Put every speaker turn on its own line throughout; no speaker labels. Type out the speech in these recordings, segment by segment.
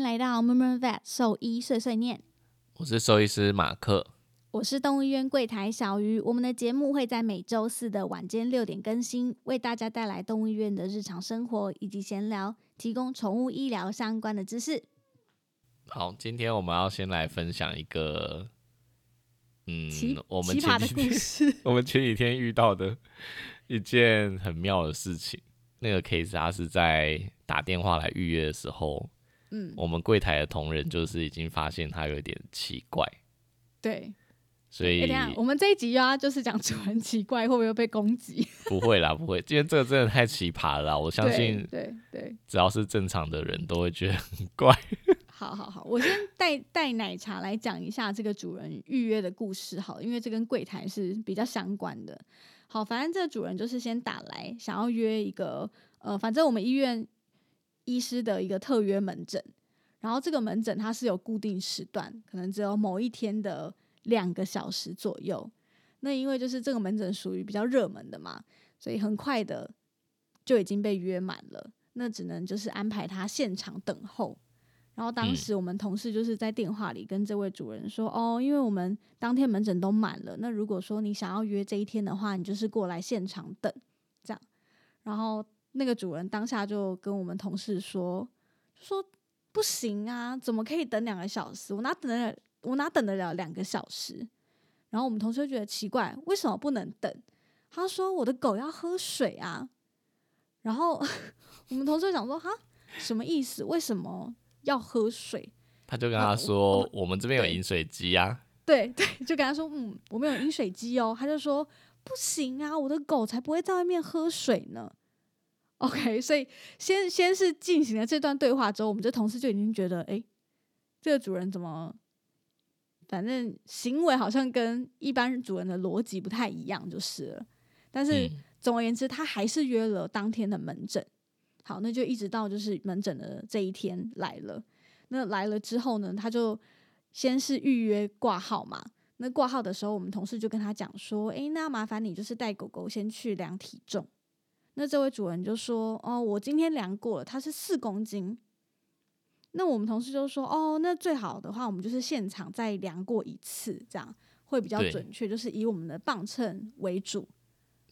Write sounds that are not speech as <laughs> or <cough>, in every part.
来到 Murmur Vet 兽医碎碎念。
我是兽医师马克，
我是动物医院柜台小鱼，我们的节目会在每周四的晚间六点更新，为大家带来动物医院的日常生活以及闲聊，提供宠物医疗相关的知识。
嗯好，今天我们要先来分享一个，嗯
奇，
我们
奇葩
前
的
几
故
天， <laughs>
事，
我们前几天遇到的一件很妙的事情。那个 case 他是在打电话来预约的时候，
嗯，
我们柜台的同仁就是已经发现他有点奇怪，
对。
所
哎、
以
等一下，我们这一集又要就是讲主人奇怪，会不会又被攻击？
不会啦，不会，因为这个真的太奇葩了啦我相信
对对对，
只要是正常的人都会觉得很怪。
好好好，我先带带奶茶来讲一下这个主人预约的故事，好了，因为这跟柜台是比较相关的。好，反正这个主人就是先打来，想要约一个呃，反正我们医院医师的一个特约门诊，然后这个门诊它是有固定时段，可能只有某一天的两个小时左右。那因为就是这个门诊属于比较热门的嘛，所以很快的就已经被约满了，那只能就是安排他现场等候。然后当
嗯
时我们同事就是在电话里跟这位主人说：“哦，因为我们当天门诊都满了，那如果说你想要约这一天的话，你就是过来现场等这样。”然后那个主人当下就跟我们同事说：“就说不行啊，怎么可以等两个小时？我哪等得了？我哪等得了两个小时？”然后我们同事就觉得奇怪，为什么不能等？他说：“我的狗要喝水啊。”然后 <laughs> 我们同事就想说：“哈，什么意思？为什么要喝水？”
他就跟
啊
他说：“我们这边有饮水机啊。
对 <laughs> 对，就跟他说，嗯，我们有饮水机哦。他就说不行啊，我的狗才不会在外面喝水呢。OK，所以先先是进行了这段对话之后，我们这同事就已经觉得，诶，这个主人怎么，反正行为好像跟一般主人的逻辑不太一样，就是了。但是、
嗯
总而言之，他还是约了当天的门诊。好，那就一直到就是门诊的这一天来了。那来了之后呢，他就先是预约挂号嘛。那挂号的时候，我们同事就跟他讲说：“诶，那麻烦你就是带狗狗先去量体重。”那这位主人就说：“哦，我今天量过了，它是四公斤。”那我们同事就说：“哦，那最好的话，我们就是现场再量过一次，这样会比较
对
准确，就是以我们的磅秤为主。”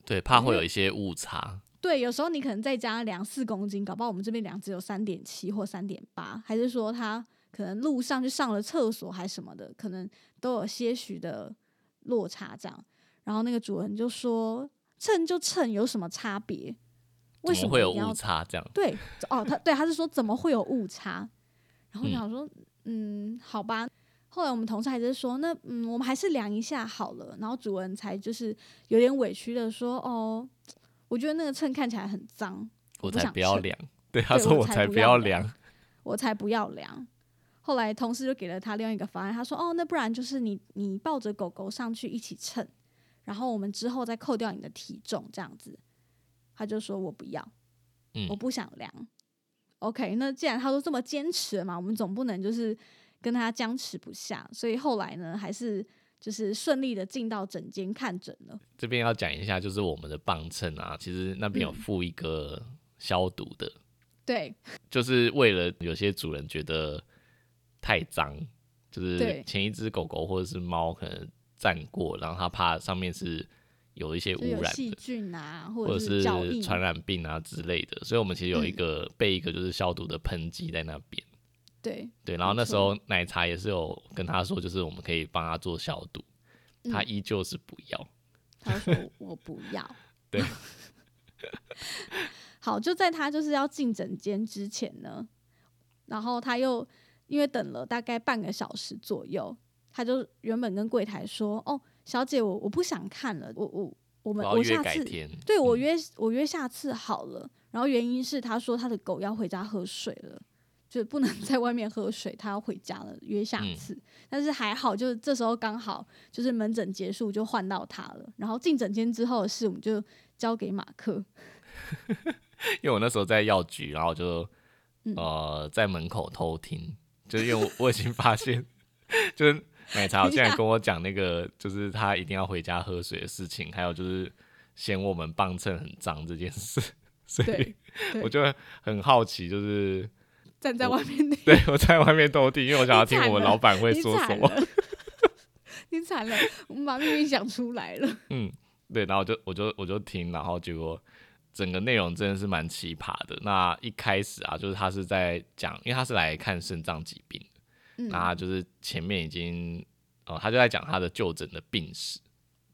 对，怕会有一些误差。
对，有时候你可能在家量四公斤，搞不好我们这边量只有三点七或三点八，还是说他可能路上去上了厕所还什么的，可能都有些许的落差这样。然后那个主人就说：“称就称，有什么差别？为什
怎么
么
会有
一定要
误差？这样
对，哦，他对他是说怎么会有误差？然后我想说，嗯好吧。后来我们同事还是说，那嗯，我们还是量一下好了。然后主人才就是有点委屈的说，哦，我觉得那个秤看起来很脏，
我
不
才
想
不要
称
量。”对， <laughs> 他
对
说
我才
才
不
不
要
要
量
量。
我才不要量。后来同事就给了他另外一个方案，他说：“哦，那不然就是你你抱着狗狗上去一起称，然后我们之后再扣掉你的体重这样子。”他就说：“我不要，
嗯
我不想量。”OK，那既然他都这么坚持了嘛，我们总不能就是跟他僵持不下，所以后来呢，还是就是顺利的进到诊间看诊了。
这边要讲一下，就是我们的磅秤啊，其实那边有
嗯
附一个消毒的，
对，
就是为了有些主人觉得太脏，就是
对
前一只狗狗或者是猫可能站过，然后它怕上面是有一些
就有
污染
细
的。
菌啊，
或
者
是
脚印，
传染病啊之类的，所以我们其实有一
嗯
个、备一个就是消毒的喷剂在那边。
对，
对，然后
没
那时候奶茶也是有跟他说，就是我们可以帮他做消毒，
嗯
他依旧是不要。
他说我不要。
<laughs> 对。
<laughs> 好，就在他就是要进诊间之前呢，然后他又因为等了大概半个小时左右，他就原本跟柜台说：“哦，小姐，我我不想看了，我我我
我
们
要
我
约
下
改
次
天，
对我
嗯
约我约下次好了。然后原因是他说他的狗要回家喝水了，就不能在外面喝水，他要回家了，约下
嗯
次。但是还好，就是这时候刚好就是门诊结束就换到他了，然后进诊间之后的事我们就交给马克。
因为我那时候在药局，然后我就
嗯
呃在门口偷听，就是因为我我已经发现，就是奶茶
<laughs>
竟然跟我讲那个，就是他一定要回家喝水的事情，还有就是嫌我们 <laughs> <laughs> 磅秤很脏这件事，所以
对
我就很好奇，就是
站在外面听，
对我在外面斗地，因为我想要
你
听
惨
我们
了
老板会
你
说什
惨
么。 <laughs>
了，你惨了，我们把秘密讲出来了。
嗯，对，然后我就我就我就听，然后结果整个内容真的是蛮奇葩的。那一开始啊，就是他是在讲，因为他是来看肾脏疾病，
嗯，
那他就是前面已经哦、他就在讲他的就诊的病史，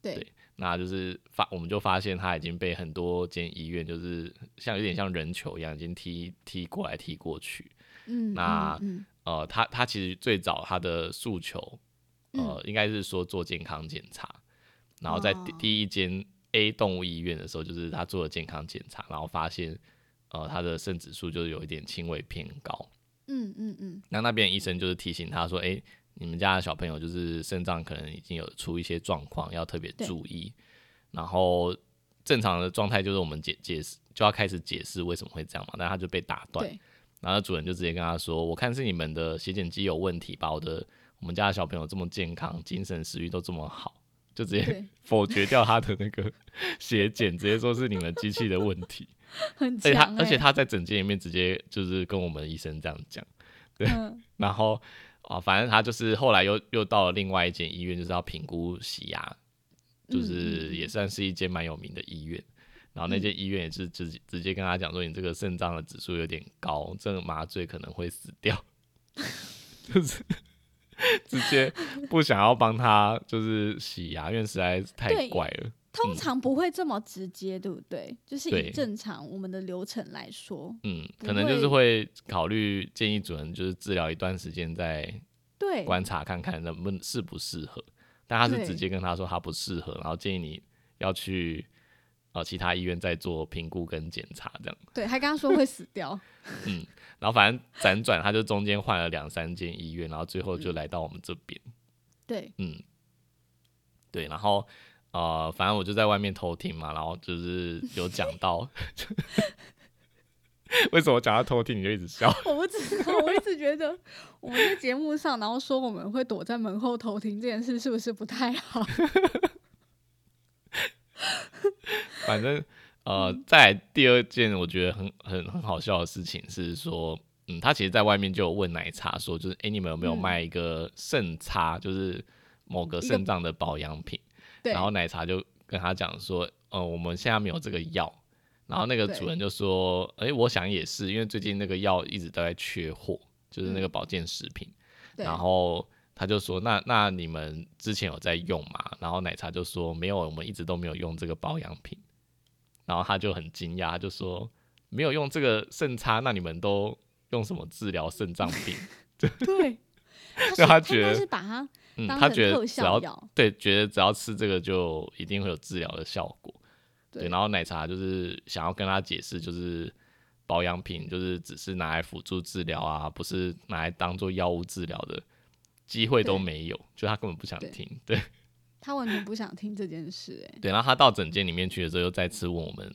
对
对，那就是发我们就发现他已经被很多间医院就是像有点像人球一样，已经踢踢过来踢过去。
嗯，
那
嗯
呃，他他其实最早他的诉求，呃，应该是说做健康检查，然后在第
嗯哦
第一间 A 动物医院的时候，就是他做了健康检查，然后发现，呃，他的肾指数就是有一点轻微偏高。
嗯嗯嗯
那那边医生就是提醒他说，诶，你们家的小朋友就是肾脏可能已经有出一些状况，要特别
对
注意。然后正常的状态就是我们解解释就要开始解释为什么会这样嘛，但他就被打断。
对，
然后主人就直接跟他说：“我看是你们的血检机有问题吧？我的我们家的小朋友这么健康，精神食欲都这么好，就直接
对
否决掉他的那个 <laughs> 血检，直接说是你们机器的问题。
很
而且
强、
他
欸，
而且他在诊间里面直接就是跟我们医生这样讲，对，
嗯
<laughs> 然后啊，反正他就是后来又又到了另外一间医院，就是要评估洗牙，就
嗯嗯
是
嗯
也算是一间蛮有名的医院。然后那间医院也是直直接跟他讲说，你这个肾脏的指数有点高，这个麻醉可能会死
<laughs>
掉，就是 <laughs> 直接不想要帮他就是洗牙，因为实在是太
对
怪了。
通
嗯
常不会这么直接，对不对？就是以
对
正常我们的流程来说，
嗯，
不
可能就是
会
会考虑建议主人就是治疗一段时间再
对，
观察看看能不能适不适合。但他是
对
直接跟他说他不适合，然后建议你要去呃其他医院再做评估跟检查这样。
对，还刚刚说会死掉，
然后反正辗转，他就中间换了两三间医院，然后最后
嗯
就来到我们这边。
对，
嗯，对，然后呃，反正我就在外面偷听嘛，然后就是有讲到。为什么我讲到偷听你就一直笑？
我不知道，我一直觉得我们在节目上，然后说我们会躲在门后偷听这件事，是不是不太好？
反正呃，
嗯
再来第二件我觉得很很很好笑的事情是说，嗯，他其实在外面就有问奶茶说，就是诶，你们有没有
嗯
卖一个肾擦，就是某个
一个
肾脏的保养品？
对，
然后奶茶就跟他讲说，呃，我们现在没有这个药。然后那个
对
主人就说，诶，我想也是，因为最近那个药一直都在缺货，就是那个保健食品。
对
然后他就说：“那那你们之前有在用吗？”然后奶茶就说：“没有，我们一直都没有用这个保养品。”然后他就很惊讶，他就说：“没有用这个肾擦，那你们都用什么治疗肾脏病 <laughs>
对，他是
就他
他
觉
应该
得
是把它？”
嗯，
<laughs> 当
他
成
觉
特
得只
效
要
药
对，觉得只要吃这个就一定会有治疗的效果。对，
对
然后奶茶就是想要跟他解释，就是保养品就是只是拿来辅助治疗啊，不是拿来当做药物治疗的，机会都
对
没有，就他根本不想
对
听。对
他完全不想听这件事、哎，
对，然后他到诊间里面去的时候，又再次问我们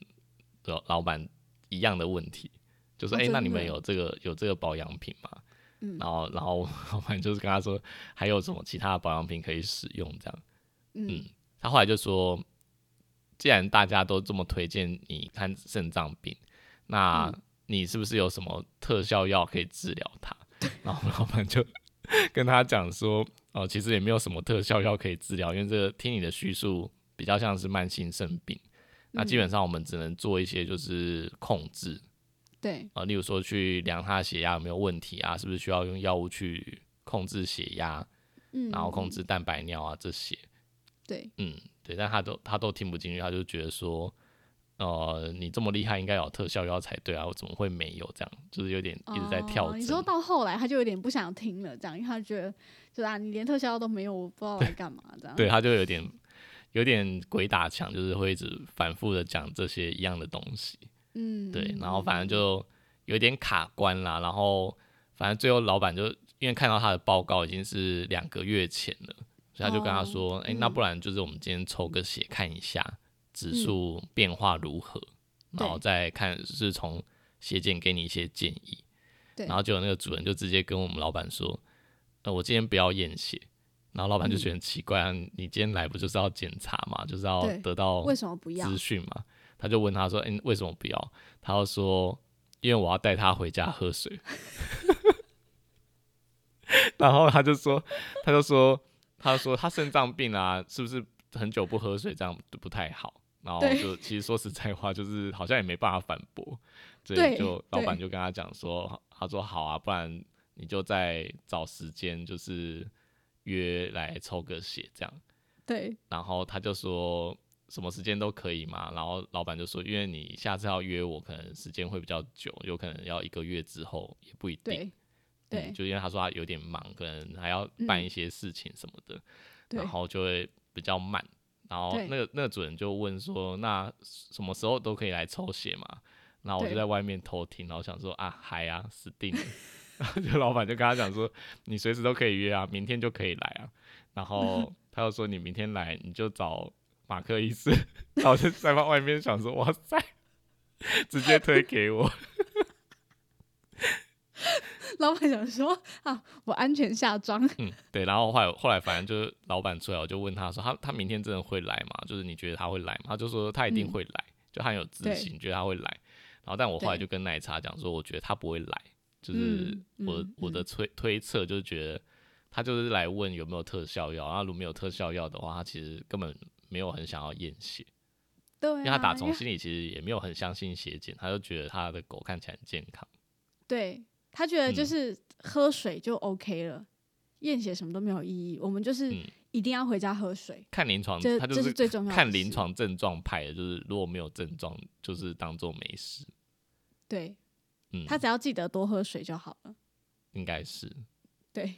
老老板一样的问题，就说：“
哦
哎、那
真
你们
的
有这个有这个保养品吗？”
嗯
然后然后老板就是跟他说还有什么其他的保养品可以使用这样。
嗯
嗯，他后来就说，既然大家都这么推荐你看肾脏病，那
嗯
你是不是有什么特效药可以治疗它？ <laughs> 然后老板就 <laughs> 跟他讲说，哦、其实也没有什么特效药可以治疗，因为这个听你的叙述比较像是慢性肾病，那
嗯
基本上我们只能做一些就是控制，
对，
啊，例如说去量他血压有没有问题啊，是不是需要用药物去控制血压，
嗯，
然后控
嗯
制蛋白尿啊这些。
对，
嗯，对，但他都他都听不进去，他就觉得说，呃，你这么厉害，应该有特效药才对啊，我怎么会没有？这样就是有点一直在跳
哦。
针。
你说到后来，他就有点不想听了，这样，因为他觉得就是啊，你连特效药都没有，我不知道来干嘛这样。
对，他就有点有点鬼打墙，就是会一直反复的讲这些一样的东西。
嗯，
对，然后反正就有点卡关啦，然后反正最后老板就因为看到他的报告已经是两个月前了，所以他就跟他
哦
说，哎、那
嗯
不然就是我们今天抽个血看一下指
嗯
数变化如何，然后
对
再看是从血检给你一些建议。
对
然后结果那个主人就直接跟我们老板说，呃，我今天不要验血。然后老板就
嗯
觉得很奇怪、啊，你今天来不就是要检查嘛，就是要
对
得到
为什么不要？
资讯嘛，他就问他说：“哎、你为什么不要？”他就说：“因为我要带他回家喝水。 <laughs> 然后他就说，他就说，他说他肾脏病啊，是不是很久不喝水这样不太好？然后
对
就其实说实在话，就是好像也没办法反驳，所
对
以就老板
对
就跟他讲说，他说好啊，不然你就再找时间就是约来抽个血这样。
对
然后他就说什么时间都可以嘛，然后老板就说，因为你下次要约我，可能时间会比较久，有可能要一个月之后，也不一定。
对对嗯
嗯就因为他说他有点忙，可能还要办一些事情什么的，
对
然，后就会比较慢。然后
对
那个那个主人就问说，那什么时候都可以来抽血嘛？然后我就
对
在外面偷听，然后想说啊，嗨啊，死定了。 <laughs> 然后就老板就跟他讲说，你随时都可以约啊，明天就可以来啊。
<laughs>
然后他又说，你明天来你就找马克医师。然后我就在外面想说，哇塞，直接推给我。
老板想说啊，我安全下装，
嗯，对，然后后来后来反正就是老板出来，我就问他说，他他明天真的会来吗？就是你觉得他会来吗？他就说他一定
嗯
会来，就他很有自
对
信，觉得他会来。然后但我后来
对
就跟奶茶讲说，我觉得他不会来，就是
嗯
我、
嗯
我的推推测就是觉得他就是来问有没有特效药，然后如果没有特效药的话，他其实根本没有很想要验血，
对、啊，
因为他打从
因为
心里其实也没有很相信血检，他就觉得他的狗看起来很健康。
对他觉得就
嗯
是喝水就 OK 了，验、血什么都没有意义，我们就是
嗯
一定要回家喝水，
看临床，
这
他就
这是最重要的
看临
事
床症状派的，就是如果没有症状，就是当做没事。
对
嗯，
他只要记得多喝水就好了。
应该是，
对，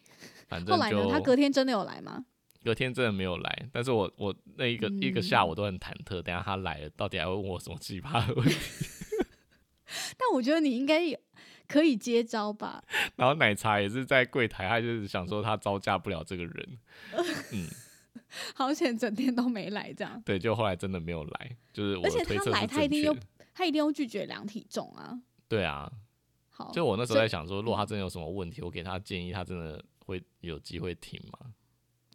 反
后
正
来呢
就？
他隔天真的有来吗？ <laughs>
隔天真的没有来，但是我我那一个、一个
嗯
下午都很忐忑，等一下他来了，到底还会问我什么奇葩的问题？ <laughs>
但我觉得你应该也可以接招吧。
然后奶茶也是在柜台，他就是想说他招架不了这个人，嗯，
好险，整天都没来这样。
对，就后来真的没有来，就是我
而
的
且
推
他
测
来，
是
他一
正
定
确
又
的。
他一定又拒绝量体重啊。
对啊，
好，
就我那时候
哦所以嗯
在想说，如果他真的有什么问题，我给他建议，他真的会有机会停吗？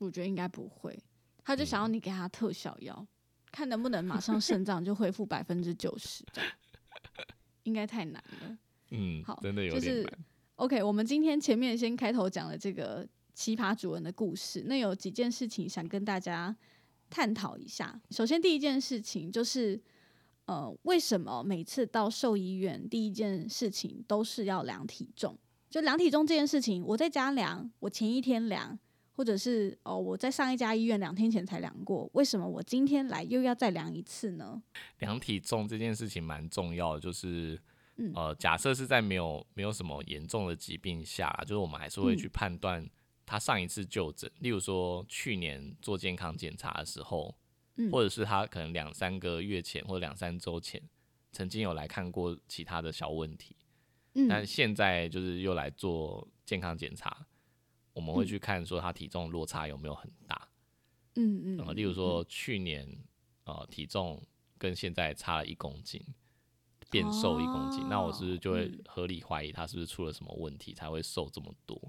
我觉得应该不会，他就想要你给他特效药，看能不能马上肾脏就恢复百分之九十这样。 <laughs> 应该太难了。
嗯
好，
真的有
就
点
是
难。
OK，我们今天前面先开头讲了这个奇葩主人的故事，那有几件事情想跟大家探讨一下。首先，第一件事情就是，呃，为什么每次到兽医院第一件事情都是要量体重？就量体重这件事情，我在家量，我前一天量，或者是哦，我在上一家医院两天前才量过，为什么我今天来又要再量一次呢？
量体重这件事情蛮重要的，就是，
嗯
呃，假设是在没有没有什么严重的疾病下，就是我们还是会
嗯
去判断他上一次就诊，例如说去年做健康检查的时候，
嗯
或者是他可能两三个月前或者两三周前曾经有来看过其他的小问题，但
嗯，
现在就是又来做健康检查，我们会
嗯
去看说他体重落差有没有很大，
嗯
呃，
嗯，
例如说去年呃体重跟现在差了一公斤，变瘦一公斤，那我是不是就会
哦
合理怀疑他是不是出了什么问题才会瘦这么多？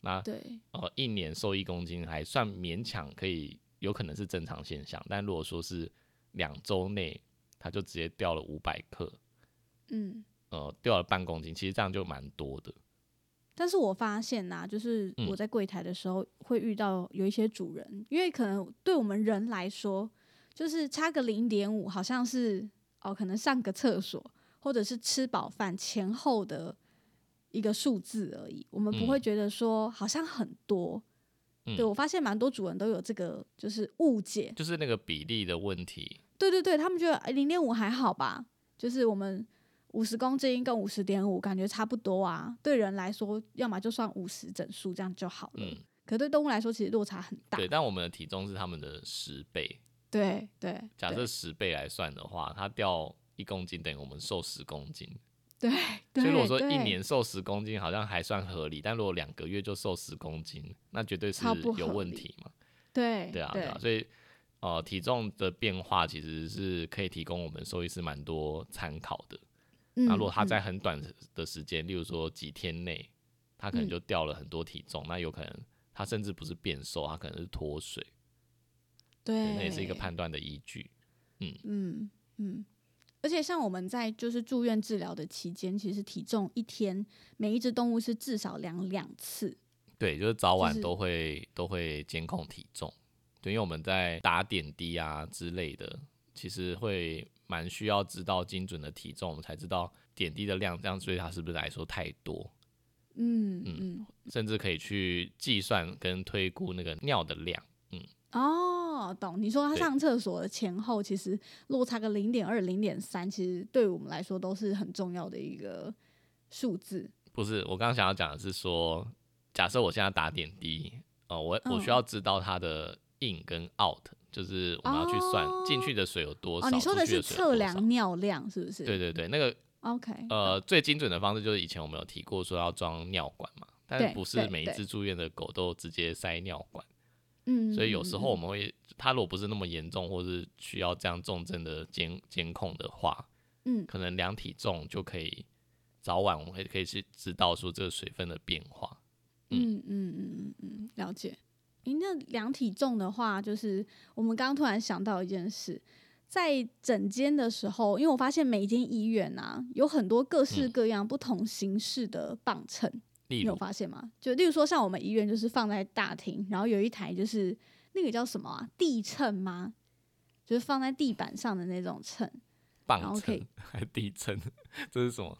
那
嗯对，
呃一年瘦一公斤还算勉强可以，有可能是正常现象，但如果说是两周内他就直接掉了五百克，
嗯。
呃掉了半公斤，其实这样就蛮多的。
但是我发现呐、就是
嗯
我在柜台的时候会遇到有一些主人，因为可能对我们人来说，就是差个零点五，好像是哦，可能上个厕所或者是吃饱饭前后的一个数字而已，我们不会
嗯
觉得说好像很多。对
嗯
我发现蛮多主人都有这个就是误解，
就是那个比例的问题，
对对对，他们觉得哎零点五还好吧，就是我们五十公斤跟五十点五感觉差不多啊。对人来说，要么就算五十整数这样就好了。
嗯，
可对动物来说，其实落差很大。
对，但我们的体重是他们的十倍，
对对，
假设
对
十倍来算的话，它掉一公斤等于我们瘦十公斤。
对
所以如果说
对
一年瘦十公斤，好像还算合理，但如果两个月就瘦十公斤，那绝对是
超不合理欸
有问题嘛。
对
对啊，对啊，所以呃，体重的变化其实是可以提供我们兽医师蛮多参考的。
嗯
那如果他在
嗯
很短的时间，例如说几天内，他可能
嗯
就掉了很多体重，那有可能他甚至不是变瘦，他可能是脱水，
对，
那也是一个判断的依据。
嗯嗯，而而且像我们在就是住院治疗的期间，其实体重一天每一只动物是至少量两次，
对，就是早晚
就是
都会、都会监控体重，对，因为我们在打点滴啊之类的，其实会蛮需要知道精准的体重，我们才知道点滴的量这样对它是不是来说太多，
嗯
嗯
嗯
甚至可以去计算跟推估那个尿的量。
哦，懂。你说他
对
上厕所的前后，其实落差个零点二、零点三，其实对我们来说都是很重要的一个数字。
不是，我刚刚想要讲的是说，假设我现在打点滴，哦，我我
嗯
需要知道它的 in 跟 out，就是我们要去算
哦
进去的水有多少，
哦，你说的
出去
是
的水
测
有多少
量尿量，是不是？
对对对，那个
OK，
呃，最精准的方式就是以前我们有提过说要装尿管嘛，但
对
是不是
对
每一
对
只住院的狗都直接塞尿管，
嗯，
所以有时候我
嗯
们会，它如果不是那么严重，或是需要这样重症的监监控的话，
嗯
可能量体重就可以，早晚我们会可以去知道说这个水分的变化。
嗯嗯嗯嗯嗯嗯，了解。诶，那量体重的话，就是我们刚刚突然想到一件事，在诊间的时候，因为我发现每一间医院啊，有很多各式
嗯
各样、不同形式的磅秤。
例
你有
如，
发现吗？就例如说，像我们医院就是放在大厅，然后有一台就是那个叫什么啊，地秤吗？就是放在地板上的那种秤，然
磅
后可以
秤还地秤， <laughs> 这是什么？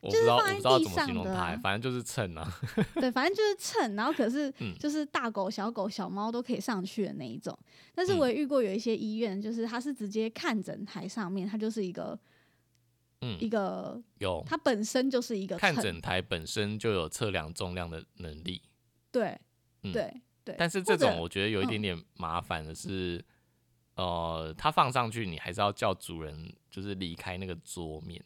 我不
就是
知道，我
放
不
在
知道
地
怎么形
上
容
的
它、
啊
反正就是秤啊。
对，反正就是秤，然后可是
嗯
就是大狗、小狗、小猫都可以上去的那一种。但
嗯
是我也遇过有一些医院，就是它是直接看诊台上面，它就是一个一
嗯，
个，
有
它本身就是一个
看
秤
诊台本身就有测量重量的能力。
对
嗯
对对。
但是
或
这
者嗯
种我觉得有一点点麻烦的是，呃，它放上去你还是要叫主人就是离开那个桌面。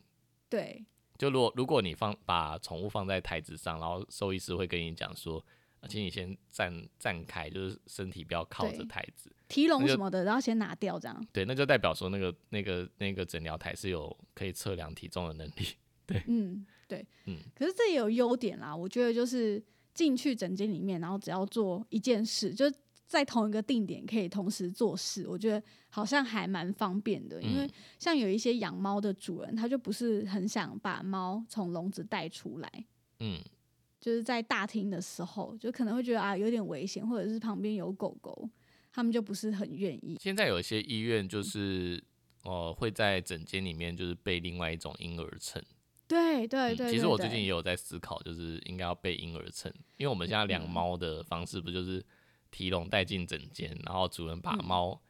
对
就如果如果你放把宠物放在台子上，然后兽医师会跟你讲说，呃请你先站站开，就是身体不要靠着
对
台子。
提笼
那就
什么的，然后先拿掉这样。
对，那就代表说那个那个那个诊疗台是有可以测量体重的能力。 <laughs>
嗯，对，
嗯
可是这也有优点啦，我觉得就是进去诊间里面，然后只要做一件事，就是在同一个定点可以同时做事，我觉得好像还蛮方便的。因为
嗯
像有一些养猫的主人，他就不是很想把猫从笼子带出来，
嗯，
就是在大厅的时候，就可能会觉得啊有点危险，或者是旁边有狗狗，他们就不是很愿意。
现在有一些医院就是呃会在诊间里面就是备另外一种婴儿秤。
对对
嗯
对
其实我最
对
近也有在思考，就是应该要备婴儿秤，因为我们现在
嗯
养猫的方式不就是提笼带进整间，然后主人把
嗯
猫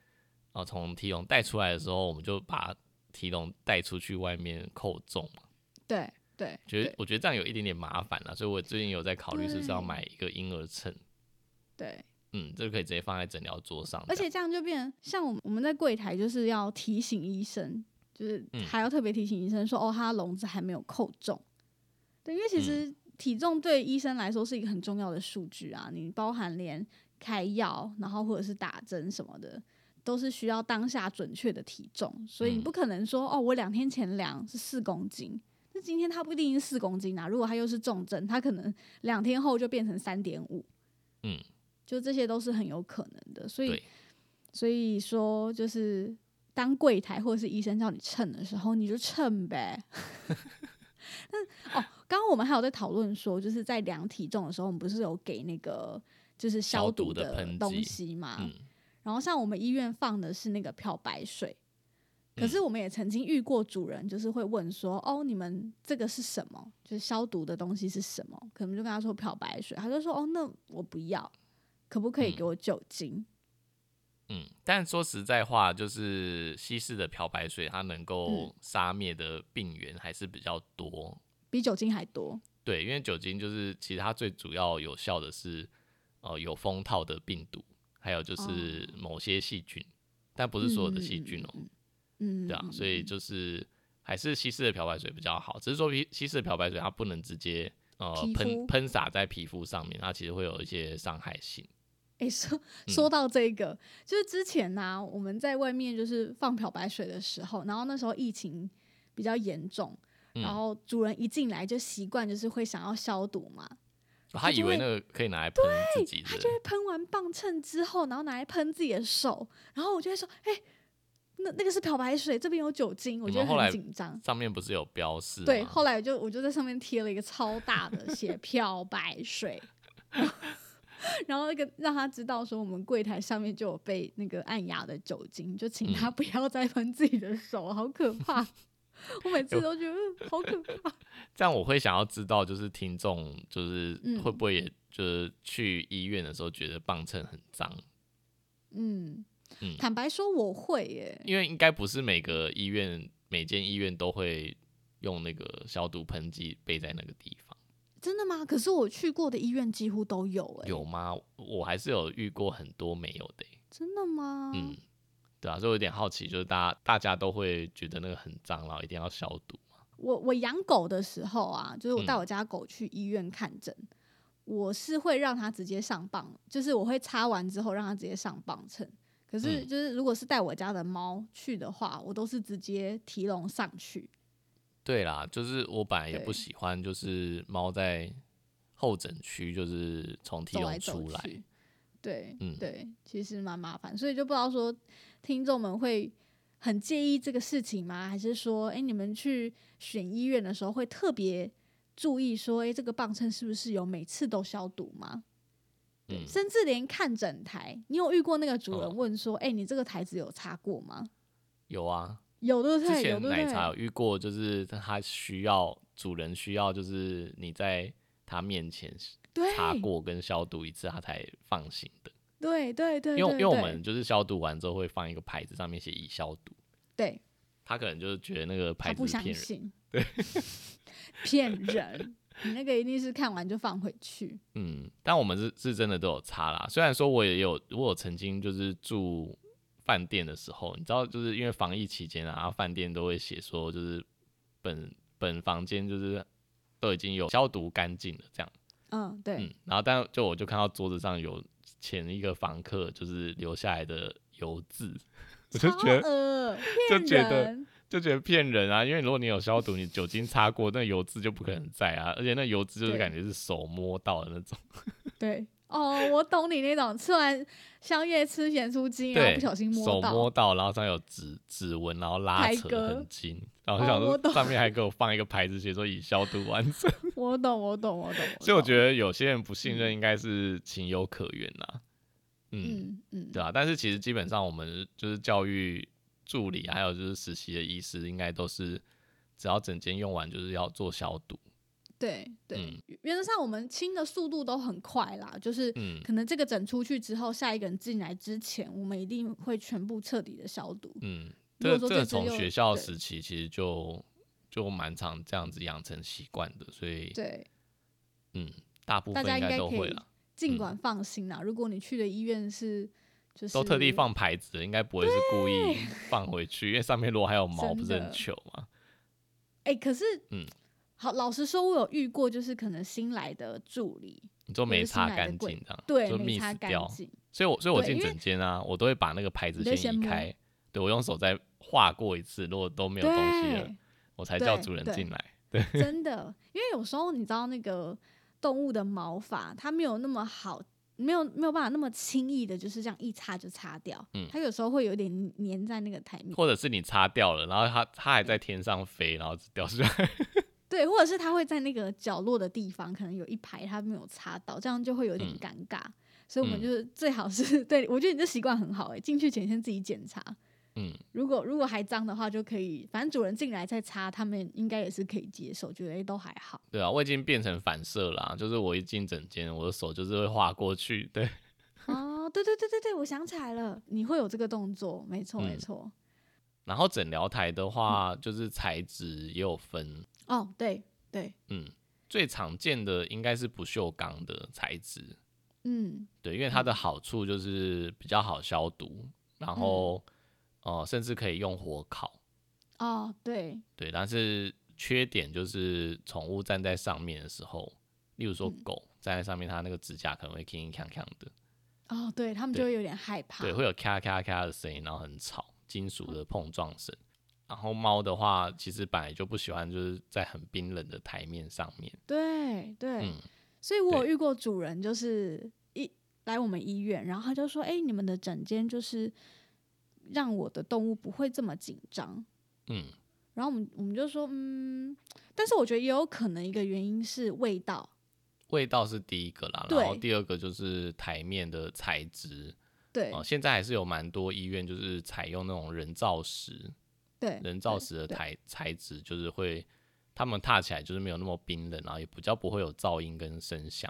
啊从提笼带出来的时候，我们就把提笼带出去外面扣重嘛。
对对，
觉得
对
我觉得这样有一点点麻烦了，所以我最近有在考虑是不是要买一个婴儿秤，
对。
嗯，这个可以直接放在诊疗桌上这
而
样。
且这样就变成像我们我们在柜台就是要提醒医生，就是
嗯
还要特别提醒医生说，哦，他的笼子还没有扣重。对，因为其实
嗯
体重对医生来说是一个很重要的数据啊，你包含连开药，然后或者是打针什么的。都是需要当下准确的体重，所以你
嗯
不可能说、哦，我两天前量是四公斤，那今天他不一定是四公斤啊。如果他又是重症，他可能两天后就变成三点五，
嗯，
就这些都是很有可能的。所以
对，
所以说，就是当柜台或者是医生叫你称的时候，你就称呗。 <laughs> 但哦，刚刚我们还有在讨论说，就是在量体重的时候，我们不是有给那个就是消
消毒
毒
的喷
东
剂
西嘛？
嗯，
然后像我们医院放的是那个漂白水，可
嗯
是我们也曾经遇过主人，就是会问说：“哦，你们这个是什么？就是消毒的东西是什么？”可能就跟他说漂白水，他就说：“哦，那我不要，可不可以
嗯
给我酒精？”
嗯，但说实在话，就是稀释的漂白水，它能
嗯
够杀灭的病源还是比较多。
比酒精还多。
对，因为酒精就是其实它最主要有效的是，呃，有封套的病毒，还有
哦
就是某些细菌，但不是所有的细菌哦、
嗯，
对啊，所以就是还是稀释的漂白水比较好，只是说稀稀释的漂白水它不能直接呃
皮肤
喷喷洒在皮肤上面，它其实会有一些伤害性。
哎、说
嗯
说到这个，就是之前呢、我们在外面就是放漂白水的时候，然后那时候疫情比较严重，
嗯
然后主人一进来就习惯就是会想要消毒嘛，
他以
就会
为那个可以拿来喷自己的
他，就会喷完磅秤之后，然后拿来喷自己的手，然后我就会说，哎、那那个是漂白水，这边有酒精，我
你
觉得
们后来
很紧张。
上面不是有标示
对，
吗
后来我就我就在上面贴了一个超大的
<laughs>
写漂白水， <laughs> 然后那个让他知道说我们柜台上面就有被那个按压的酒精，就请
嗯
他不要再喷自己的手，好可
<laughs>
怕！我每次
有
都觉得嗯好可
<laughs>
怕。
这样我会想要知道，就是听众就是
嗯
会不会也就是去医院的时候觉得磅秤很脏，
嗯，
嗯
<laughs> 坦白说我会耶、
因为应该不是每个医院每间医院都会用那个消毒喷剂备在那个地方，
真的吗？可是我去过的医院几乎都有哎、
有吗？我还是有遇过很多没有的欸、
真的吗？
嗯，对啊，所以我有点好奇，就是大家大家都会觉得那个很脏，然后一定要消毒嘛。
我我养狗的时候啊，就是我带
嗯
我家狗去医院看诊，我是会让它直接上磅，就是我会擦完之后让它直接上磅秤。可是
嗯
就是如果是带我家的猫去的话，我都是直接提笼上去。
对啦，就是我本来也
对
不喜欢，就是猫在候诊区，就是从提
走来
笼
走
出来。
去。对，
嗯
对，其实蛮麻烦，所以就不知道说听众们会很介意这个事情吗？还是说，哎、你们去选医院的时候会特别注意说，哎、这个磅秤是不是有每次都消毒吗？对，
嗯
甚至连看诊台，你有遇过那个主
哦
人问说，哎、你这个台子有擦过吗？
有啊，
有对不
之
对？有
前
对不
奶
对？
茶有遇过，就是它需要主人需要，就是你在它面前
对，
擦过跟消毒一次，它才放心的。
对对对，
因为
对
因为我
对
们就是消毒完之后会放一个牌子，上面写已消毒，
对
它可能就是觉得那个牌
他
子
不
是
相
骗人。 <laughs>
信，对， <laughs> 骗人。你那个一定是看完就放回去，
嗯，但我们是是真的都有擦啦。虽然说我也有，我有曾经就是住饭店的时候，你知道，就是因为防疫期间啊，饭店都会写说，就是本本房间就是都已经有消毒干净了这样。
嗯，对，
嗯，然后但就我就看到桌子上有前一个房客就是留下来的油渍， <laughs> 我就
超
觉得
恶
就
骗
觉得
人
就觉得骗人啊，因为如果你有消毒，你酒精擦过，那油渍就不可能在啊，而且那油渍就是
对
感觉是手摸到的那种。
对。哦，我懂你那种吃完香叶吃咸酥鸡，然后
对，
不小心
手
摸到，
摸到，然后上面有指指纹，然后拉
台
扯
哥
痕迹，然后想
哦我
说
懂
上面还给我放一个牌子，写说已消毒
<laughs>
完成。
我懂，我懂，我懂。
所以我
得，
觉得有些人不信任应该是情有可原啦、嗯，
嗯嗯，
对啊，但是其实基本上我们就是教育助理，还有就是实习的医师，应该都是只要整间用完就是要做消毒。
对对
嗯，
原则上我们清的速度都很快啦，就是
嗯
可能这个诊出去之后，下一个人进来之前，我们一定会全部彻底的消毒。
嗯，
如果
这
说
这个
这只
从
又
学校
对
时期其实就就蛮常这样子养成习惯的，所以
对，
嗯，大部
大
分
家
应
应
该
该
都
可
会
以
了。
尽
嗯
管放心啦。如果你去的医院是就是
都特地放牌子，应该不会是
<laughs>
故意放回去，因为上面如果还有毛，
真
不
的
是很糗吗？
哎、可是
嗯
好，老实说，我有遇过，就是可能新来的助理，
你说没擦干
或者是
净这样，
对，
就
没擦
miss
干
掉。
净，
所以我所以我
对
进
因为
诊间啊，我都会把那个牌子
你就
先移
先摸
开，对我用手再划过一次，如果都没有东西了，
对，
我才叫
对
主人
对
进来。
真的，因为有时候你知道那个动物的毛发，它没有那么好。没有没有办法那么轻易的，就是这样一擦就擦掉。
嗯
它有时候会有点粘在那个台面，
或者是你擦掉了，然后它它还在天上飞，然后只掉下来。 <laughs>
对，或者是它会在那个角落的地方，可能有一排它没有擦到，这样就会有点
嗯
尴尬。所以我们
嗯
就是最好是 <laughs> 对我觉得你这习惯很好哎、进去前先自己检查，
嗯，
如果如果还脏的话就可以，反正主人进来再擦，他们应该也是可以接受，觉得诶都还好。
对啊，我已经变成反射了啊、就是我一进诊间，我的手就是会划过去。对，
哦，对对对对对，我想起来了，你会有这个动作，没错没
嗯
错。
然后诊疗台的话，就是材质也有分，
哦，对对，
嗯，最常见的应该是不锈钢的材质，
嗯
对，因为它的好处就是比较好消毒，然后、
嗯
呃，甚至可以用火烤，
哦对，
对，但是缺点就是宠物站在上面的时候，例如说
嗯
狗、站在上面，它那个指甲可能会铿铿锵锵的，
哦对，他们就
对
会有点害怕。
对，会有咔咔咔的声音，然后很吵，金属
嗯
的碰撞声。然后猫的话，其实本来就不喜欢就是在很冰冷的台面上面，
对对，
嗯，
所以我有
对
遇过主人，就是一来我们医院，然后他就说：“哎、你们的诊间就是让我的动物不会这么紧张。
嗯，
然后我们我们就说，嗯，但是我觉得也有可能一个原因是味道，
味道是第一个啦，然后
对
第二个就是台面的材质
对、
哦、现在还是有蛮多医院就是采用那种人造石，
对，
人造
对
石的材材质就是会，他们踏起来就是没有那么冰冷，然后也比较不会有噪音跟声响，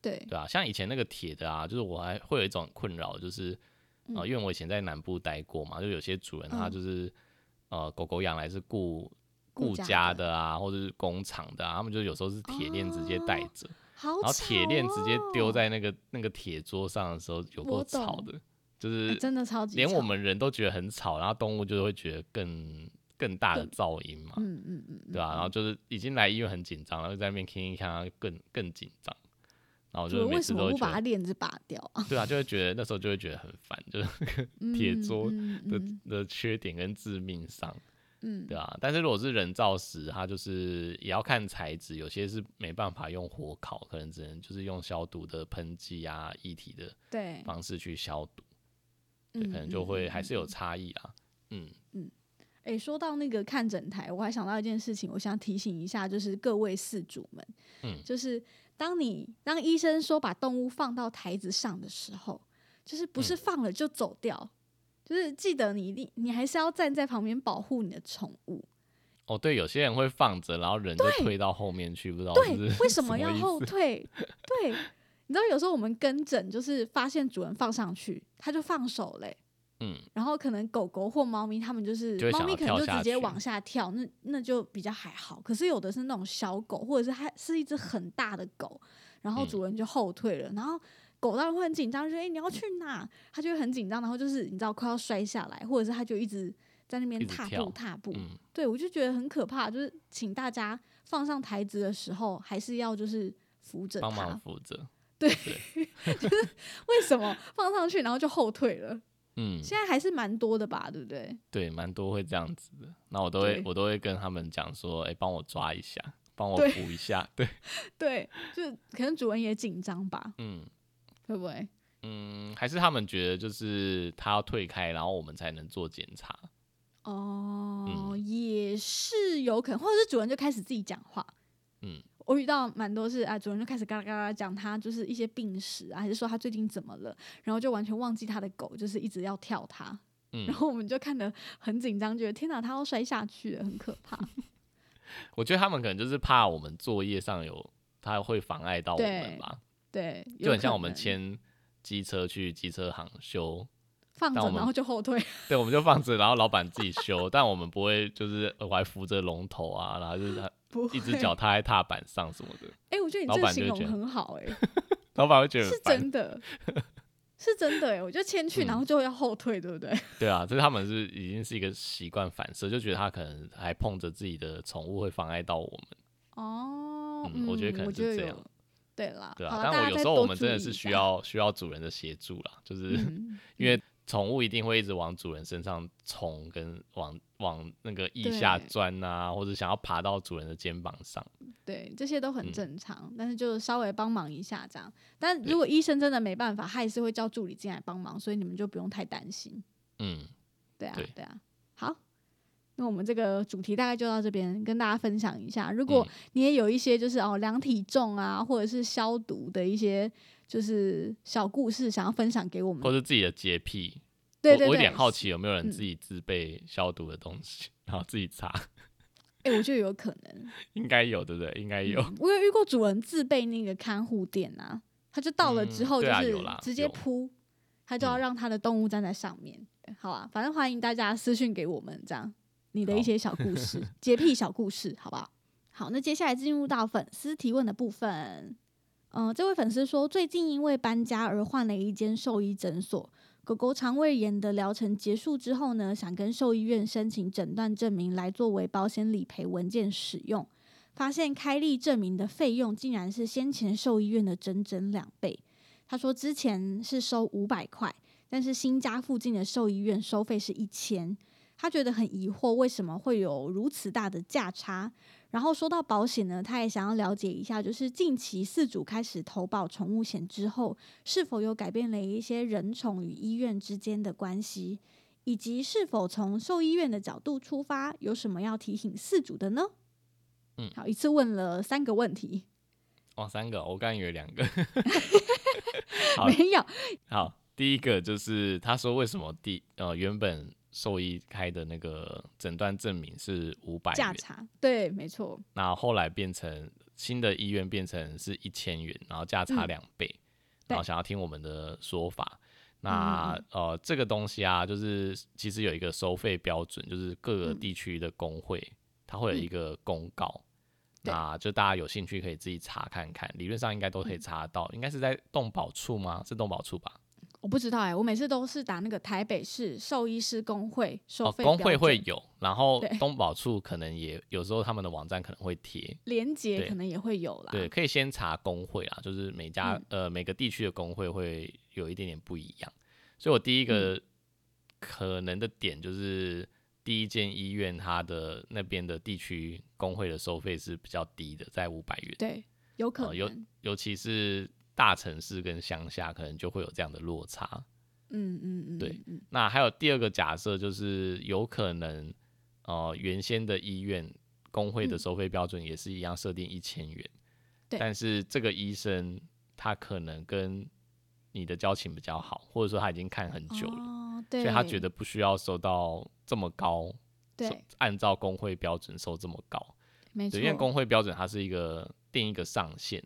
对
对啊，像以前那个铁的啊，就是我还会有一种困扰，就是啊、呃因为我以前在南部待过嘛，就有些主人他
嗯
就是、呃狗狗养来是雇
雇
雇
家
家
的
的啊，或者是工厂的啊，他们就有时候是铁链直接带
哦
着，
好、哦，
然后铁链直接丢在那个那个铁桌上的时候，有够
我
吵
懂
的，就
哎、
是
真的超级
连我
吵，
们人都觉得很吵，然后动物就会觉得更更大的噪音嘛，
嗯嗯嗯，嗯
对啊吧、然后就是已经来医院很紧张，然后在那边听一看，它更更紧张。然后我就是
主人
每
为什
次都
么
会
不把
觉
它
得，
链子拔掉啊？
对啊，就会觉得那时候就会觉得很烦，就是 <laughs> 铁
嗯
桌
嗯
的
嗯
的缺点跟致命伤，
嗯
对啊。但是如果是人造石，它就是也要看材质，有些是没办法用火烤，可能只能就是用消毒的喷剂啊、液体的
对，
方式去消毒，对，
嗯
可能就
嗯
会
嗯
还是
嗯
有差异啦。嗯，
诶，说到那个看诊台，我还想到一件事情，我想提醒一下，就是各位饲主们，
嗯
就是当你当医生说把动物放到台子上的时候，就是不是
嗯
放了就走掉，就是记得你一定你还是要站在旁边保护你的宠物。
哦，对，有些人会放着，然后人就
对
推到后面去，不知道
对
哦是， <laughs>
为什么要
意
后
思
退？对，你知道有时候我们跟诊就是发现主人放上去，他就放手嘞、
嗯，
然后可能狗狗或猫咪，它们就是
就会
猫
想
咪
要
可能
跳
就
下
直接
去
往下跳，那那就比较还好。可是有的是那种小狗，或者是它是一只很大的狗，然后
嗯
主人就后退了，然后狗当然会很紧张，就说：“哎、你要去哪？”它就会很紧张，然后就是你知道快要摔下来，或者是它就一直在那边
一直
踏步
跳
踏步。
嗯，
对我就觉得很可怕，就是请大家放上台子的时候，还是要就是扶着
帮忙
它。
扶着，
为什么放上去然后就后退了？
嗯，
现在还是蛮多的吧，对不对？
对，蛮多会这样子的。那我都会
对
我都会跟他们讲说，哎、帮我抓一下，帮我
对
扶一下， <laughs> 对，
对，就是可能主人也紧张吧，
嗯
会不会？
嗯，还是他们觉得就是他要退开，然后我们才能做检查，
哦，
嗯
也是有可能，或者是主人就开始自己讲话。
嗯，
我遇到蛮多是啊，主人就开始嘎啦嘎啦讲他就是一些病史啊，还是说他最近怎么了，然后就完全忘记他的狗就是一直要跳他，
嗯
然，后我们就看得很紧张，觉得天哪，他要摔下去了，很可
<laughs>
怕。
我觉得他们可能就是怕我们作业上有，他会妨碍到我
对
们吧，
对，
就很
有
像
可
我们
能
牵机车去机车行修
放
但
着，
我们
然后就后
<laughs>
退。
对，我们就放着，然后老板自己修， <laughs> 但我们不会就是呃我还扶着龙头啊，然后就是他
不
一只
会
脚，踏在踏板上什么的，
哎、我觉得你
老
这个
板
形
就
容
会觉得
很好、哎，
老板会觉得
是
<laughs> 很烦。
真的，是真的、哎，我就牵去，
嗯
然后就要后退，对不对？
对啊，这是他们是已经是一个习惯反射，就觉得他可能还碰着自己的宠物会妨碍到我们。
哦，
嗯我觉得可能
我
是这
有
样
对啦，
对
好
啊，
啦大
但
家
我有
再
时候
多
我们真的
注意
是
一
需
下，
要需要主人的协助啦，就是
嗯
因为宠物一定会一直往主人身上冲，跟往往那个腋下
对
钻啊，或者想要爬到主人的肩膀上。
对，这些都很
嗯
正常，但是就稍微帮忙一下这样。但
对
如果医生真的没办法，他也是会叫助理进来帮忙，所以你们就不用太担心。
嗯，
对啊，
对
对啊。好，那我们这个主题大概就到这边，跟大家分享一下。如
嗯
果你也有一些就是哦量体重啊，或者是消毒的一些就是小故事，想要分享给我们
或，是自己的洁癖，
对对
我我有
对
点，好奇有没有
嗯
人自己自备消毒的东西，然后自己擦， <laughs>
哎、我觉得有可能。
应该有对不对？应该有，
嗯我有遇过主人自备那个看护垫啊，他就到了之
嗯
后就
对啊
是
有啦
直接
有
铺，他就要
嗯
让他的动物站在上面。好啊，反正欢迎大家私讯给我们，这样你的一
好
些小故事、
<laughs>
洁癖小故事，好不好？好，那接下来进入到粉丝提问的部分。嗯、这位粉丝说，最近因为搬家而换了一间兽医诊所。狗狗肠胃炎的疗程结束之后呢，想跟兽医院申请诊断证明来作为保险理赔文件使用。发现开立证明的费用竟然是先前兽医院的整整两倍。他说之前是收五百块，但是新家附近的兽医院收费是一千。他觉得很疑惑，为什么会有如此大的价差？然后说到保险呢，他也想要了解一下，就是近期饲主开始投保宠物险之后，是否有改变了一些人宠与医院之间的关系，以及是否从兽医院的角度出发，有什么要提醒饲主的呢？
嗯
好，一次问了三个问题，
哦，三个，我刚以为两个。 <laughs>
<laughs>
好
没有，
好，第一个就是他说为什么第呃原本兽医开的那个诊断证明是五百
价
元，
差，对，没错，
那后来变成新的医院变成是一千元，然后价差
嗯
两倍，然后
对
想要听我们的说法。那
嗯
呃，这个东西啊，就是其实有一个收费标准，就是各个
嗯
地区的工会、它会有一个公告，
对
那就大家有兴趣可以自己查看看，理论上应该都可
嗯
以查得到，应该是在动保处吗？是动保处吧？
我不知道哎、我每次都是打那个台北市兽医师工会收
哦，
费、
工会会有，然后
对
东宝处可能也有时候他们的网站可能会贴，
连结
对
可能也会有啦，
对，可以先查工会啦，就是每家、
嗯
呃每个地区的工会会有一点点不一样，所以我
嗯
第一个可能的点就是第一间医院它的那边的地区工会的收费是比较低的，在五百元，
对，有可
哦
能，
有尤其是大城市跟乡下可能就会有这样的落差。
嗯嗯嗯，
对
嗯，嗯
那还有第二个假设就是有可能，呃，原先的医院工会的
嗯
收费标准也是一样设定一千元，
对
但是这个医生他可能跟你的交情比较好，或者说他已经看很久了，
哦，对，
所以他觉得不需要收到这么高，收
对，
按照工会标准收这么高，
没错
对，因，为工会标准它是一个定一个上限，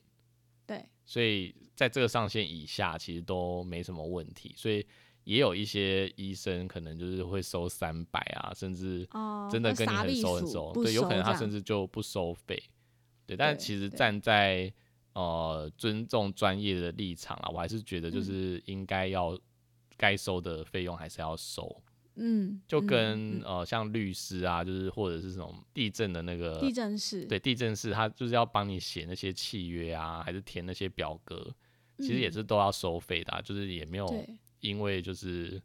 对，
所以在这个上限以下，其实都没什么问题。所以也有一些医生可能就是会收三百啊，甚至
哦，
真的
会
跟你
傻
很
避
熟很
暑
熟，
不
对，有可能他
这样
甚至就不收费。对，但
对
其实
对
站在呃尊重专业的立场啊，我还是觉
嗯
得就是应该要该收的费用还是要收，
嗯，
就
嗯
跟、
嗯
呃像律师啊，就是或者是什么地震的那个
地震是，
呃对，地震室他就是要帮你写那些契约啊，还是填那些表格，其实也
嗯
是都要收费的、啊，就是也没有
对，
因为就是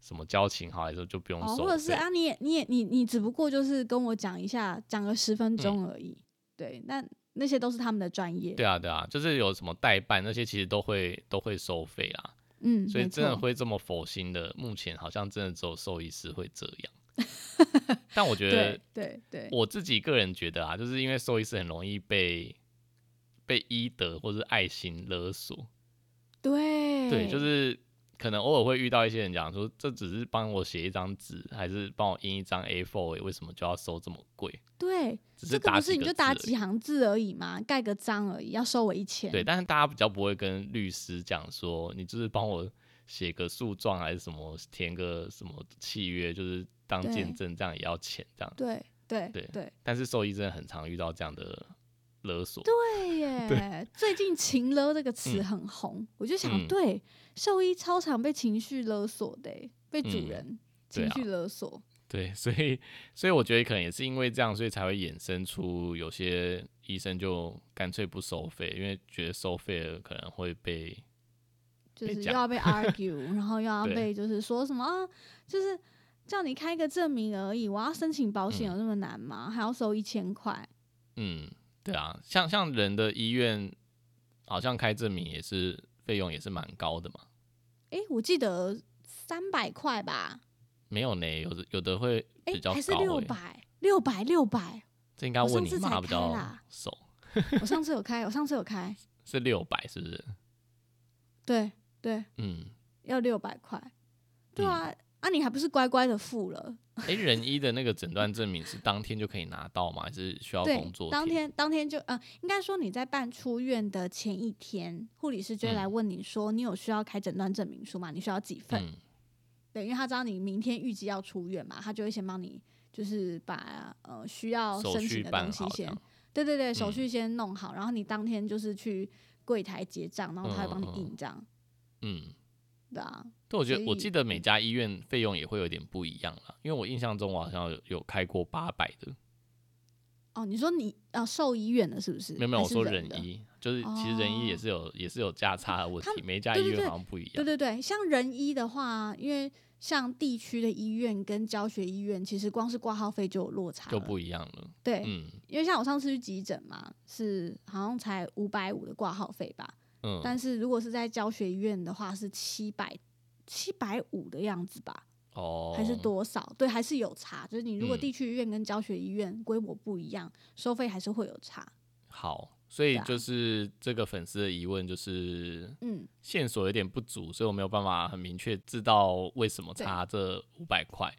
什么交情好，还是就不用
哦，
收
或者是
费。
啊，你也你也你你只不过就是跟我讲一下，讲个十
嗯
分钟而已，对，那那些都是他们的专业，
对啊，对啊，就是有什么代办那些，其实都会都会收费啦。
嗯，
所以
没
真的
错
会这么佛心的，目前好像真的只有兽医师会这样。
<laughs>
但我觉得
对对对，
我自己个人觉得啊，就是因为兽医师很容易被被医德或是爱心勒索。
对
对，就是可能偶尔会遇到一些人讲说，这只是帮我写一张纸，还是帮我印一张 A4，、为什么就要收这么贵？
对，
只
这个
打
不是
几
你
个
就
字而
打
已
几行字而已嘛，盖个章而已，要收我一千，
对，但是大家比较不会跟律师讲说，你就是帮我写个诉状还是什么，填个什么契约，就是当
对
见证，这样也要钱这样。
对对
对
对
但是兽医真的很常遇到这样的勒索。
对耶！ <laughs> 最近“情勒”这个词
嗯
很红，我就想，
嗯
对，兽医超常被情绪勒索的耶，被主
嗯
人、
对
情
啊
绪勒索，
对，所以所以我觉得可能也是因为这样，所以才会衍生出有些医生就干脆不收费，因为觉得收费了可能会被
就
被
是又
讲
要
<laughs>
被 argue，然后又要
对
被就是说什么啊，就是叫你开个证明而已，我要申请保险
嗯
有那么难吗？还要收一千块？
嗯，对啊，像像人的医院好像开证明也是费用也是蛮高的嘛，
诶，我记得三百块吧，
没有呢，有的有的会比
诶，
较
还是
高、
六
欸，
百，六百，六百。
这应该要
我上
问你
次才
妈比
开
较
啦
熟，
我上次有开，我上次有开，
是六百是不是？
对对，
嗯，
要六百块。对
嗯
啊，啊，你还不是乖乖的付了？
哎、人医的那个诊断证明是当天就可以拿到吗？还是需要
对
工作，
当天当天就呃，应该说你在办出院的前一天，护理师就会来
嗯
问你说，你有需要开诊断证明书吗？你需要几份？
嗯
对，因为他知道你明天预计要出院嘛，他就会先帮你就是把呃需要
手
申
续
请的
办
东西
好这
先
样，
对对对，手
嗯
续先弄好，然后你当天就是去柜台结账，然后他会帮你
嗯嗯嗯
印这样，
嗯。
对啊，
对，我觉得
所
我
以嗯
记得每家医院费用也会有点不一样啦，因为我印象中我好像有有开过八百的，
哦，你说你呃兽医院的是不是？
没有没有，
还
我
是
说
人
人
的。哦
医，就是其实人医也是有、也是有价差的问
他
题，每一家
对
医
对
院
对
好像不一样。
对对对，像人医的话，因为像地区的医院跟教学医院，其实光是挂号费就有落差
就
了，
不一样了。
对，
嗯
因为像我上次去急诊嘛，是好像才五百五的挂号费吧，
嗯，
但是如果是在教学医院的话，是七百七百五的样子吧。
哦，
还是多少？对，还是有差。就是你如果
嗯
地区医院跟教学医院规模不一样，收费还是会有差。
好，所以
对啊
就是这个粉丝的疑问就是
嗯，
线索有点不足，所以我没有办法很明确知道为什么差这五百块。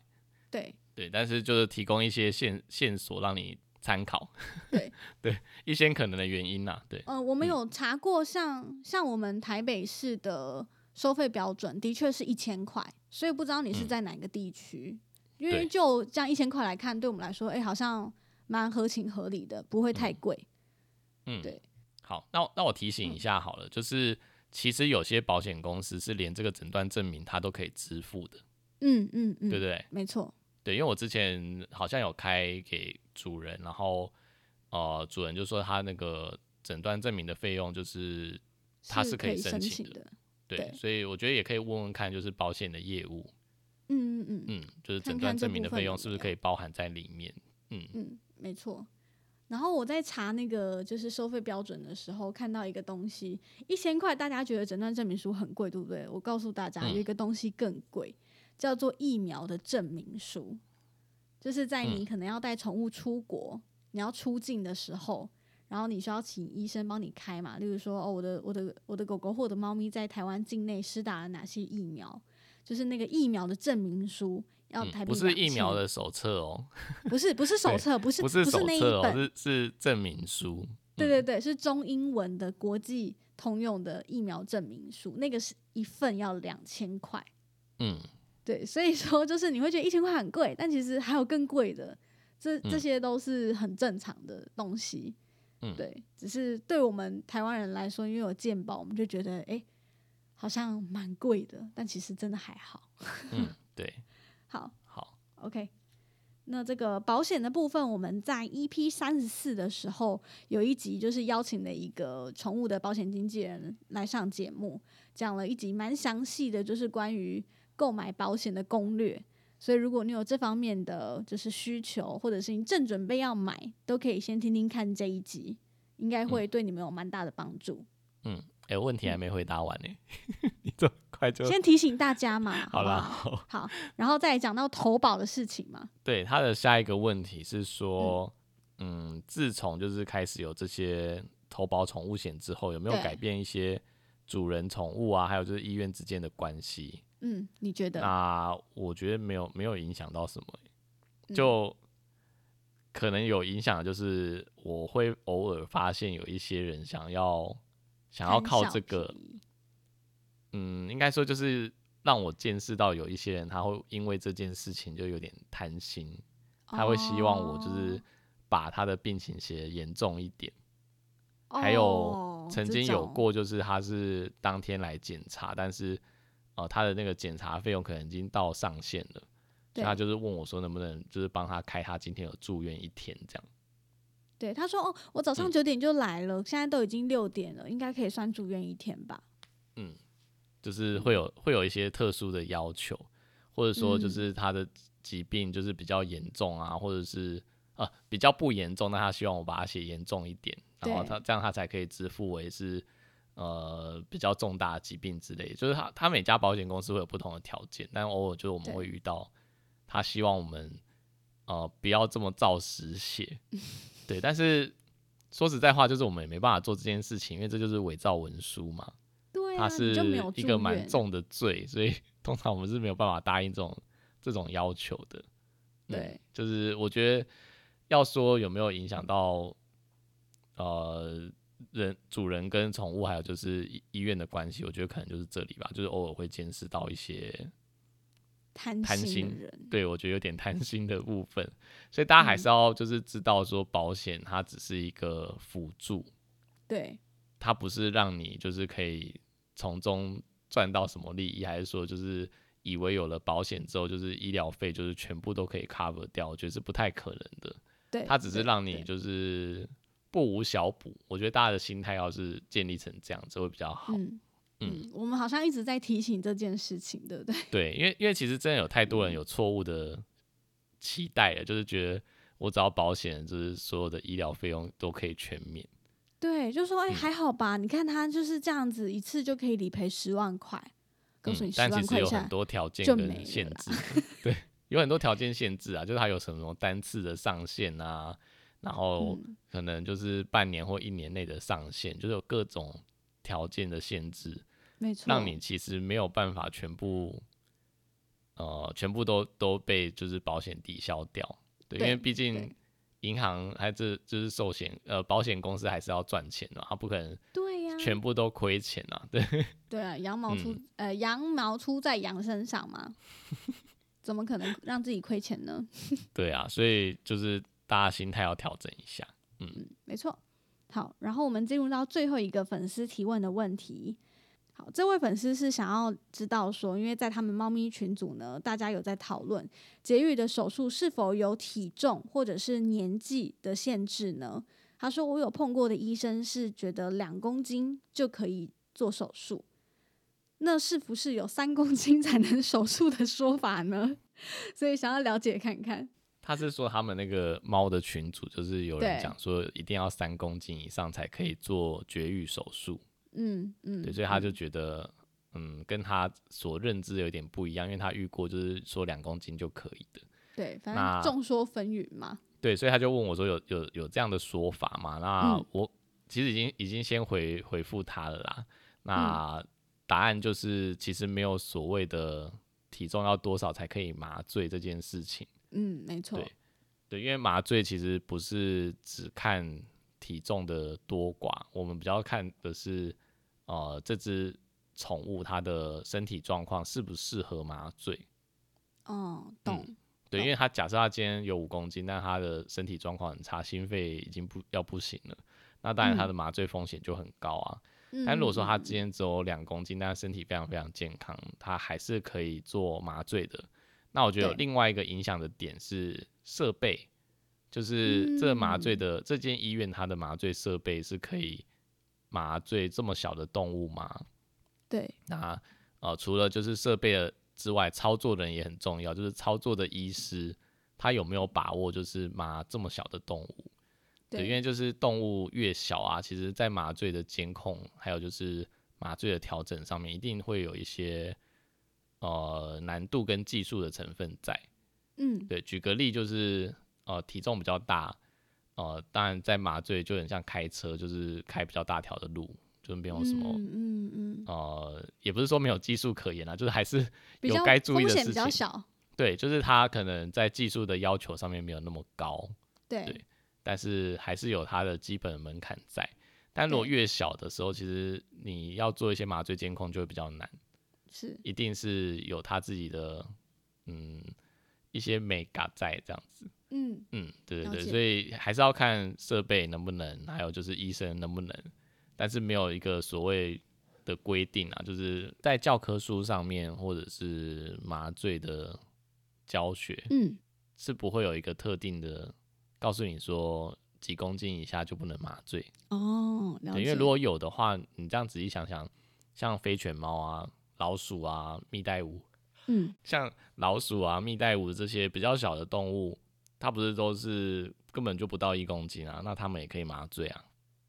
对
对，但是就是提供一些线线索让你参考。
对
对，一些可能的原因呐、对，
呃，我们
嗯
有查过像，像我们台北市的收费标准，的确是一千块，所以不知道你是
嗯
在哪个地区，因为
对
就这样一千块来看，对我们来说，哎、好像蛮合情合理的，不会太贵。
嗯，
对。嗯
好，那我那我提醒一下好了，就是其实有些保险公司是连这个诊断证明它都可以支付的，
嗯嗯嗯，
对不对？
没错。
对，因为我之前好像有开给主人，然后呃，主人就说他那个诊断证明的费用就是它是
可
可以
以
申
申
请的
的。
对，
对
所以我觉得也可以问问看，就是保险的业务，
嗯嗯嗯
嗯，就是
看
诊
看
断
这
证明的
部分
费用
有
是不是
没
可以包含在里面？嗯，
嗯，没错。然后我在查那个就是收费标准的时候，看到一个东西，一千块，大家觉得诊断证明书很贵，对不对？我告诉大家，
嗯
有一个东西更贵，叫做疫苗的证明书，就是在
嗯
你可能要带宠物出国，你要出境的时候，然后你需要请医生帮你开嘛，例如说，哦，我的我的我的狗狗或我的猫咪在台湾境内施打了哪些疫苗，就是那个疫苗的证明书要
嗯
台、币
不是疫
2000
苗的手册哦，
不是不是手
对
册，不是
不是手
那一
册哦，
本，
是是证明书。
对
嗯
对对，是中英文的国际通用的疫苗证明书，那个是一份要两千块。
嗯，
对，所以说就是你会觉得一千块很贵，但其实还有更贵的，这这
嗯
些都是很正常的东西。
嗯
对，只是对我们台湾人来说，因为有健保，我们就觉得哎、诶好像蛮贵的，但其实真的还好。 <laughs>
嗯，对，
好，
好，
OK，那这个保险的部分，我们在 EP 三十四的时候有一集，就是邀请了一个宠物的保险经纪人来上节目，讲了一集蛮详细的，就是关于购买保险的攻略。所以，如果你有这方面的就是需求，或者是你正准备要买，都可以先听听看这一集，应该会对你们有蛮大的帮助。
嗯，哎、问题还没回答完呢、 <laughs> 你这么快就
先提醒大家嘛，
好
不
了。
好
好 <laughs>
好，然后再讲到投保的事情嘛，
对，他的下一个问题是说，嗯，自从就是开始有这些投保宠物险之后，有没有
对
改变一些主人宠物啊，还有就是医院之间的关系？
嗯，你觉得？
那我觉得没有没有影响到什么欸、
嗯
就可能有影响，就是我会偶尔发现有一些人想要想要
贪
靠
小
这个
便宜，
嗯，应该说就是让我见识到有一些人他会因为这件事情就有点贪心。他会希望我就是把他的病情写得严重一点。
哦，
还有
哦
曾经有，过，就是他是当天来检查，但是呃他的那个检查费用可能已经到上限了，所
这
以他
种对
就是问我说能不能就是帮他开他今天有住院一天这样。
对他说：“哦，我早上
嗯
九点就来了，现在都已经六点了，应该可以算住院一天吧
嗯，就是会有、会有一些特殊的要求，或者说就
嗯
是他的疾病就是比较严重啊，或者是呃比较不严重，那他希望我把它写严重一点，然后
对
他这样他才可以支付为是呃比较重大的疾病之类，就是他他每家保险公司会有不同的条件，但偶尔就是我们
对
会遇到他希望我们呃不要这么照实
<laughs>
写，对，但是。说实在话，就是我们也没办法做这件事情，因为这就是伪造文书嘛。？”
对啊，
它
你
是
就没有
一
住
个蛮
院
重的罪，所以 <laughs> 通常我们是没有办法答应这种这种要求的。嗯
对，
就是我觉得要说有没有影响到呃人主人跟宠物，还有就是医医院的关系，我觉得可能就是这里吧，就是偶尔会见识到一些
嗯贪
贪
心的
心
人，
对我觉得有点贪心的部分，所以大家还
嗯
是要就是知道说保险它只是一个辅助，
对
它不是让你就是可以从中赚到什么利益，还是说就是以为有了保险之后，就是医疗费就是全部都可以 cover 掉，我觉得是不太可能的。
对，
它只是
对
让你
对
就是不无小补，我觉得大家的心态要是建立成这样子会比较好。
嗯
嗯
嗯，我们好像一直在提醒这件事情，对不 <laughs> 对？
对，因为因为其实真的有太
嗯
多人有错误的期待了，就是觉得我只要保险，就是所有的医疗费用都可以全免。
对，就说哎、
嗯
还好吧，你看他就是这样子，一次就可以理赔十万块。告诉你
嗯，
十
但其
万
实
块以
有
下
很，多条件
就没
跟
了
限
啦
制 <laughs> 的，对，有很多条件限制啊，就是它有什么单次的上限啊，然后
嗯
可能就是半年或一年内的上限，就是有各种条件的限制，
没错，
让你其实没有办法全部，呃，全部都都被就是保险抵消掉，对，因为
对
毕竟
对
银行还是就是寿险呃保险公司还是要赚钱的、它不可能
对啊呀、
全部都亏钱啊，对，
对啊，羊毛出、呃羊毛出在羊身上嘛， <laughs> 怎么可能让自己亏钱呢？
对啊，所以就是大家心态要调整一下。
没错。好，然后我们进入到最后一个粉丝提问的问题。好，这位粉丝是想要知道说，因为在他们猫咪群组呢，大家有在讨论节育的手术是否有体重或者是年纪的限制呢？他说我有碰过的医生是觉得两公斤就可以做手术，那是不是有三公斤才能手术的说法呢？ <laughs> 所以想要了解看看。
他是说他们那个猫的群主，就是有人
对
讲说一定要三公斤以上才可以做绝育手术，
嗯嗯，
对，所以他就觉得，嗯，跟他所认知有点不一样，因为他遇过就是说两公斤就可以的，
对，反
那
正众说纷纭嘛。
对，所以他就问我说有有有这样的说法吗？那
嗯
我、其实已经已经先回回复他了啦，那
嗯
答案就是其实没有所谓的体重要多少才可以麻醉这件事情。
嗯，没错，
对对，因为麻醉其实不是只看体重的多寡，我们比较看的是呃这只宠物它的身体状况适不适合麻醉。
哦，懂，懂
对，因为它假设它今天有五公斤，但它的身体状况很差，心肺已经不要不行了，那当然它的麻醉风险就很高啊。
嗯
但如果说它
嗯
今天只有两公斤，但它身体非常非常健康，它还是可以做麻醉的。那我觉得有
对
另外一个影响的点是设备，就是这麻醉
嗯
的、这间医院它的麻醉设备是可以麻醉这么小的动物吗？
对，
那呃，除了就是设备的之外，操作人也很重要，就是操作的医师他有没有把握，就是麻这么小的动物？对，因为就是动物越小啊，其实在麻醉的监控，还有就是麻醉的调整上面，一定会有一些呃难度跟技术的成分在。
嗯，
对，举个例就是呃体重比较大，呃，当然在麻醉就很像开车，就是开比较大条的路，就没有什么、
嗯嗯嗯，
呃，也不是说没有技术可言啊，就是还是
比
有
较
该注意
风
的
险
事
比较
情
小，
对，就是它可能在技术的要求上面没有那么高，
对
对，但是还是有它的基本门槛在。但如果
对
越小的时候，其实你要做一些麻醉监控就会比较难，
是，
一定是有它自己的嗯一些美感在这样子。
嗯，
嗯，对对
了
对，
解
所以还是要看设备能不能，还有就是医生能不能，但是没有一个所谓的规定啊，就是在教科书上面或者是麻醉的教学
嗯，
是不会有一个特定的告诉你说几公斤以下就不能麻醉，
哦，了
对，
解，
因为如果有的话，你这样仔细想想，像飞犬猫啊、老鼠啊、蜜袋鼯，
嗯，
像老鼠啊、蜜袋鼯这些比较小的动物，它不是都是根本就不到一公斤啊，那它们也可以麻醉啊。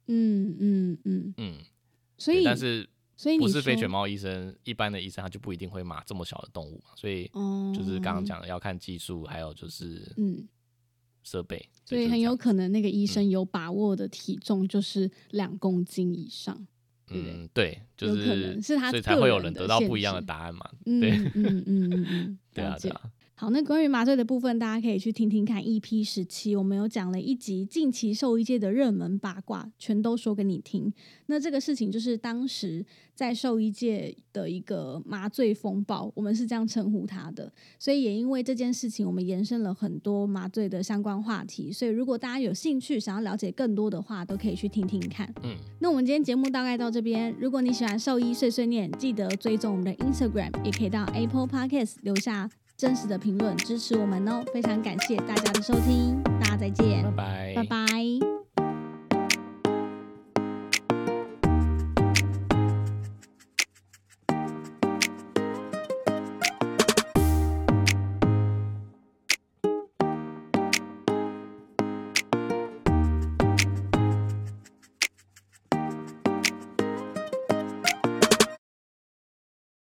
嗯嗯嗯，
嗯，
所
对
以，
但是
所以
不
你
是飞犬
说，
猫医生，一般的医生他就不一定会麻这么小的动物嘛，所以
哦，
就是刚刚，讲的要看技术，还有就是
嗯，
设备，
所
就
以
是
很
这
有
样嗯
可能那个医生有把握的体重就是两公斤以上，对不对
嗯对，就
有可
是
能是他
所以才
个
会有
人
人
的
得到
限
不一样的
制
答案嘛，
嗯
对
嗯嗯嗯嗯嗯，
<laughs> 对啊
了解
对。啊，
好，那关于麻醉的部分，大家可以去听听看 EP 十七，我们有讲了一集近期兽医界的热门八卦，全都说给你听。那这个事情就是当时在兽医界的一个麻醉风暴，我们是这样称呼它的。所以也因为这件事情，我们延伸了很多麻醉的相关话题。所以如果大家有兴趣想要了解更多的话，都可以去听听看。
嗯。
那我们今天节目大概到这边。如果你喜欢兽医碎碎念，记得追踪我们的 Instagram，也可以到 Apple Podcast 留下真实的评论支持我们哦。非常感谢大家的收听，大家再见，嗯
拜
拜拜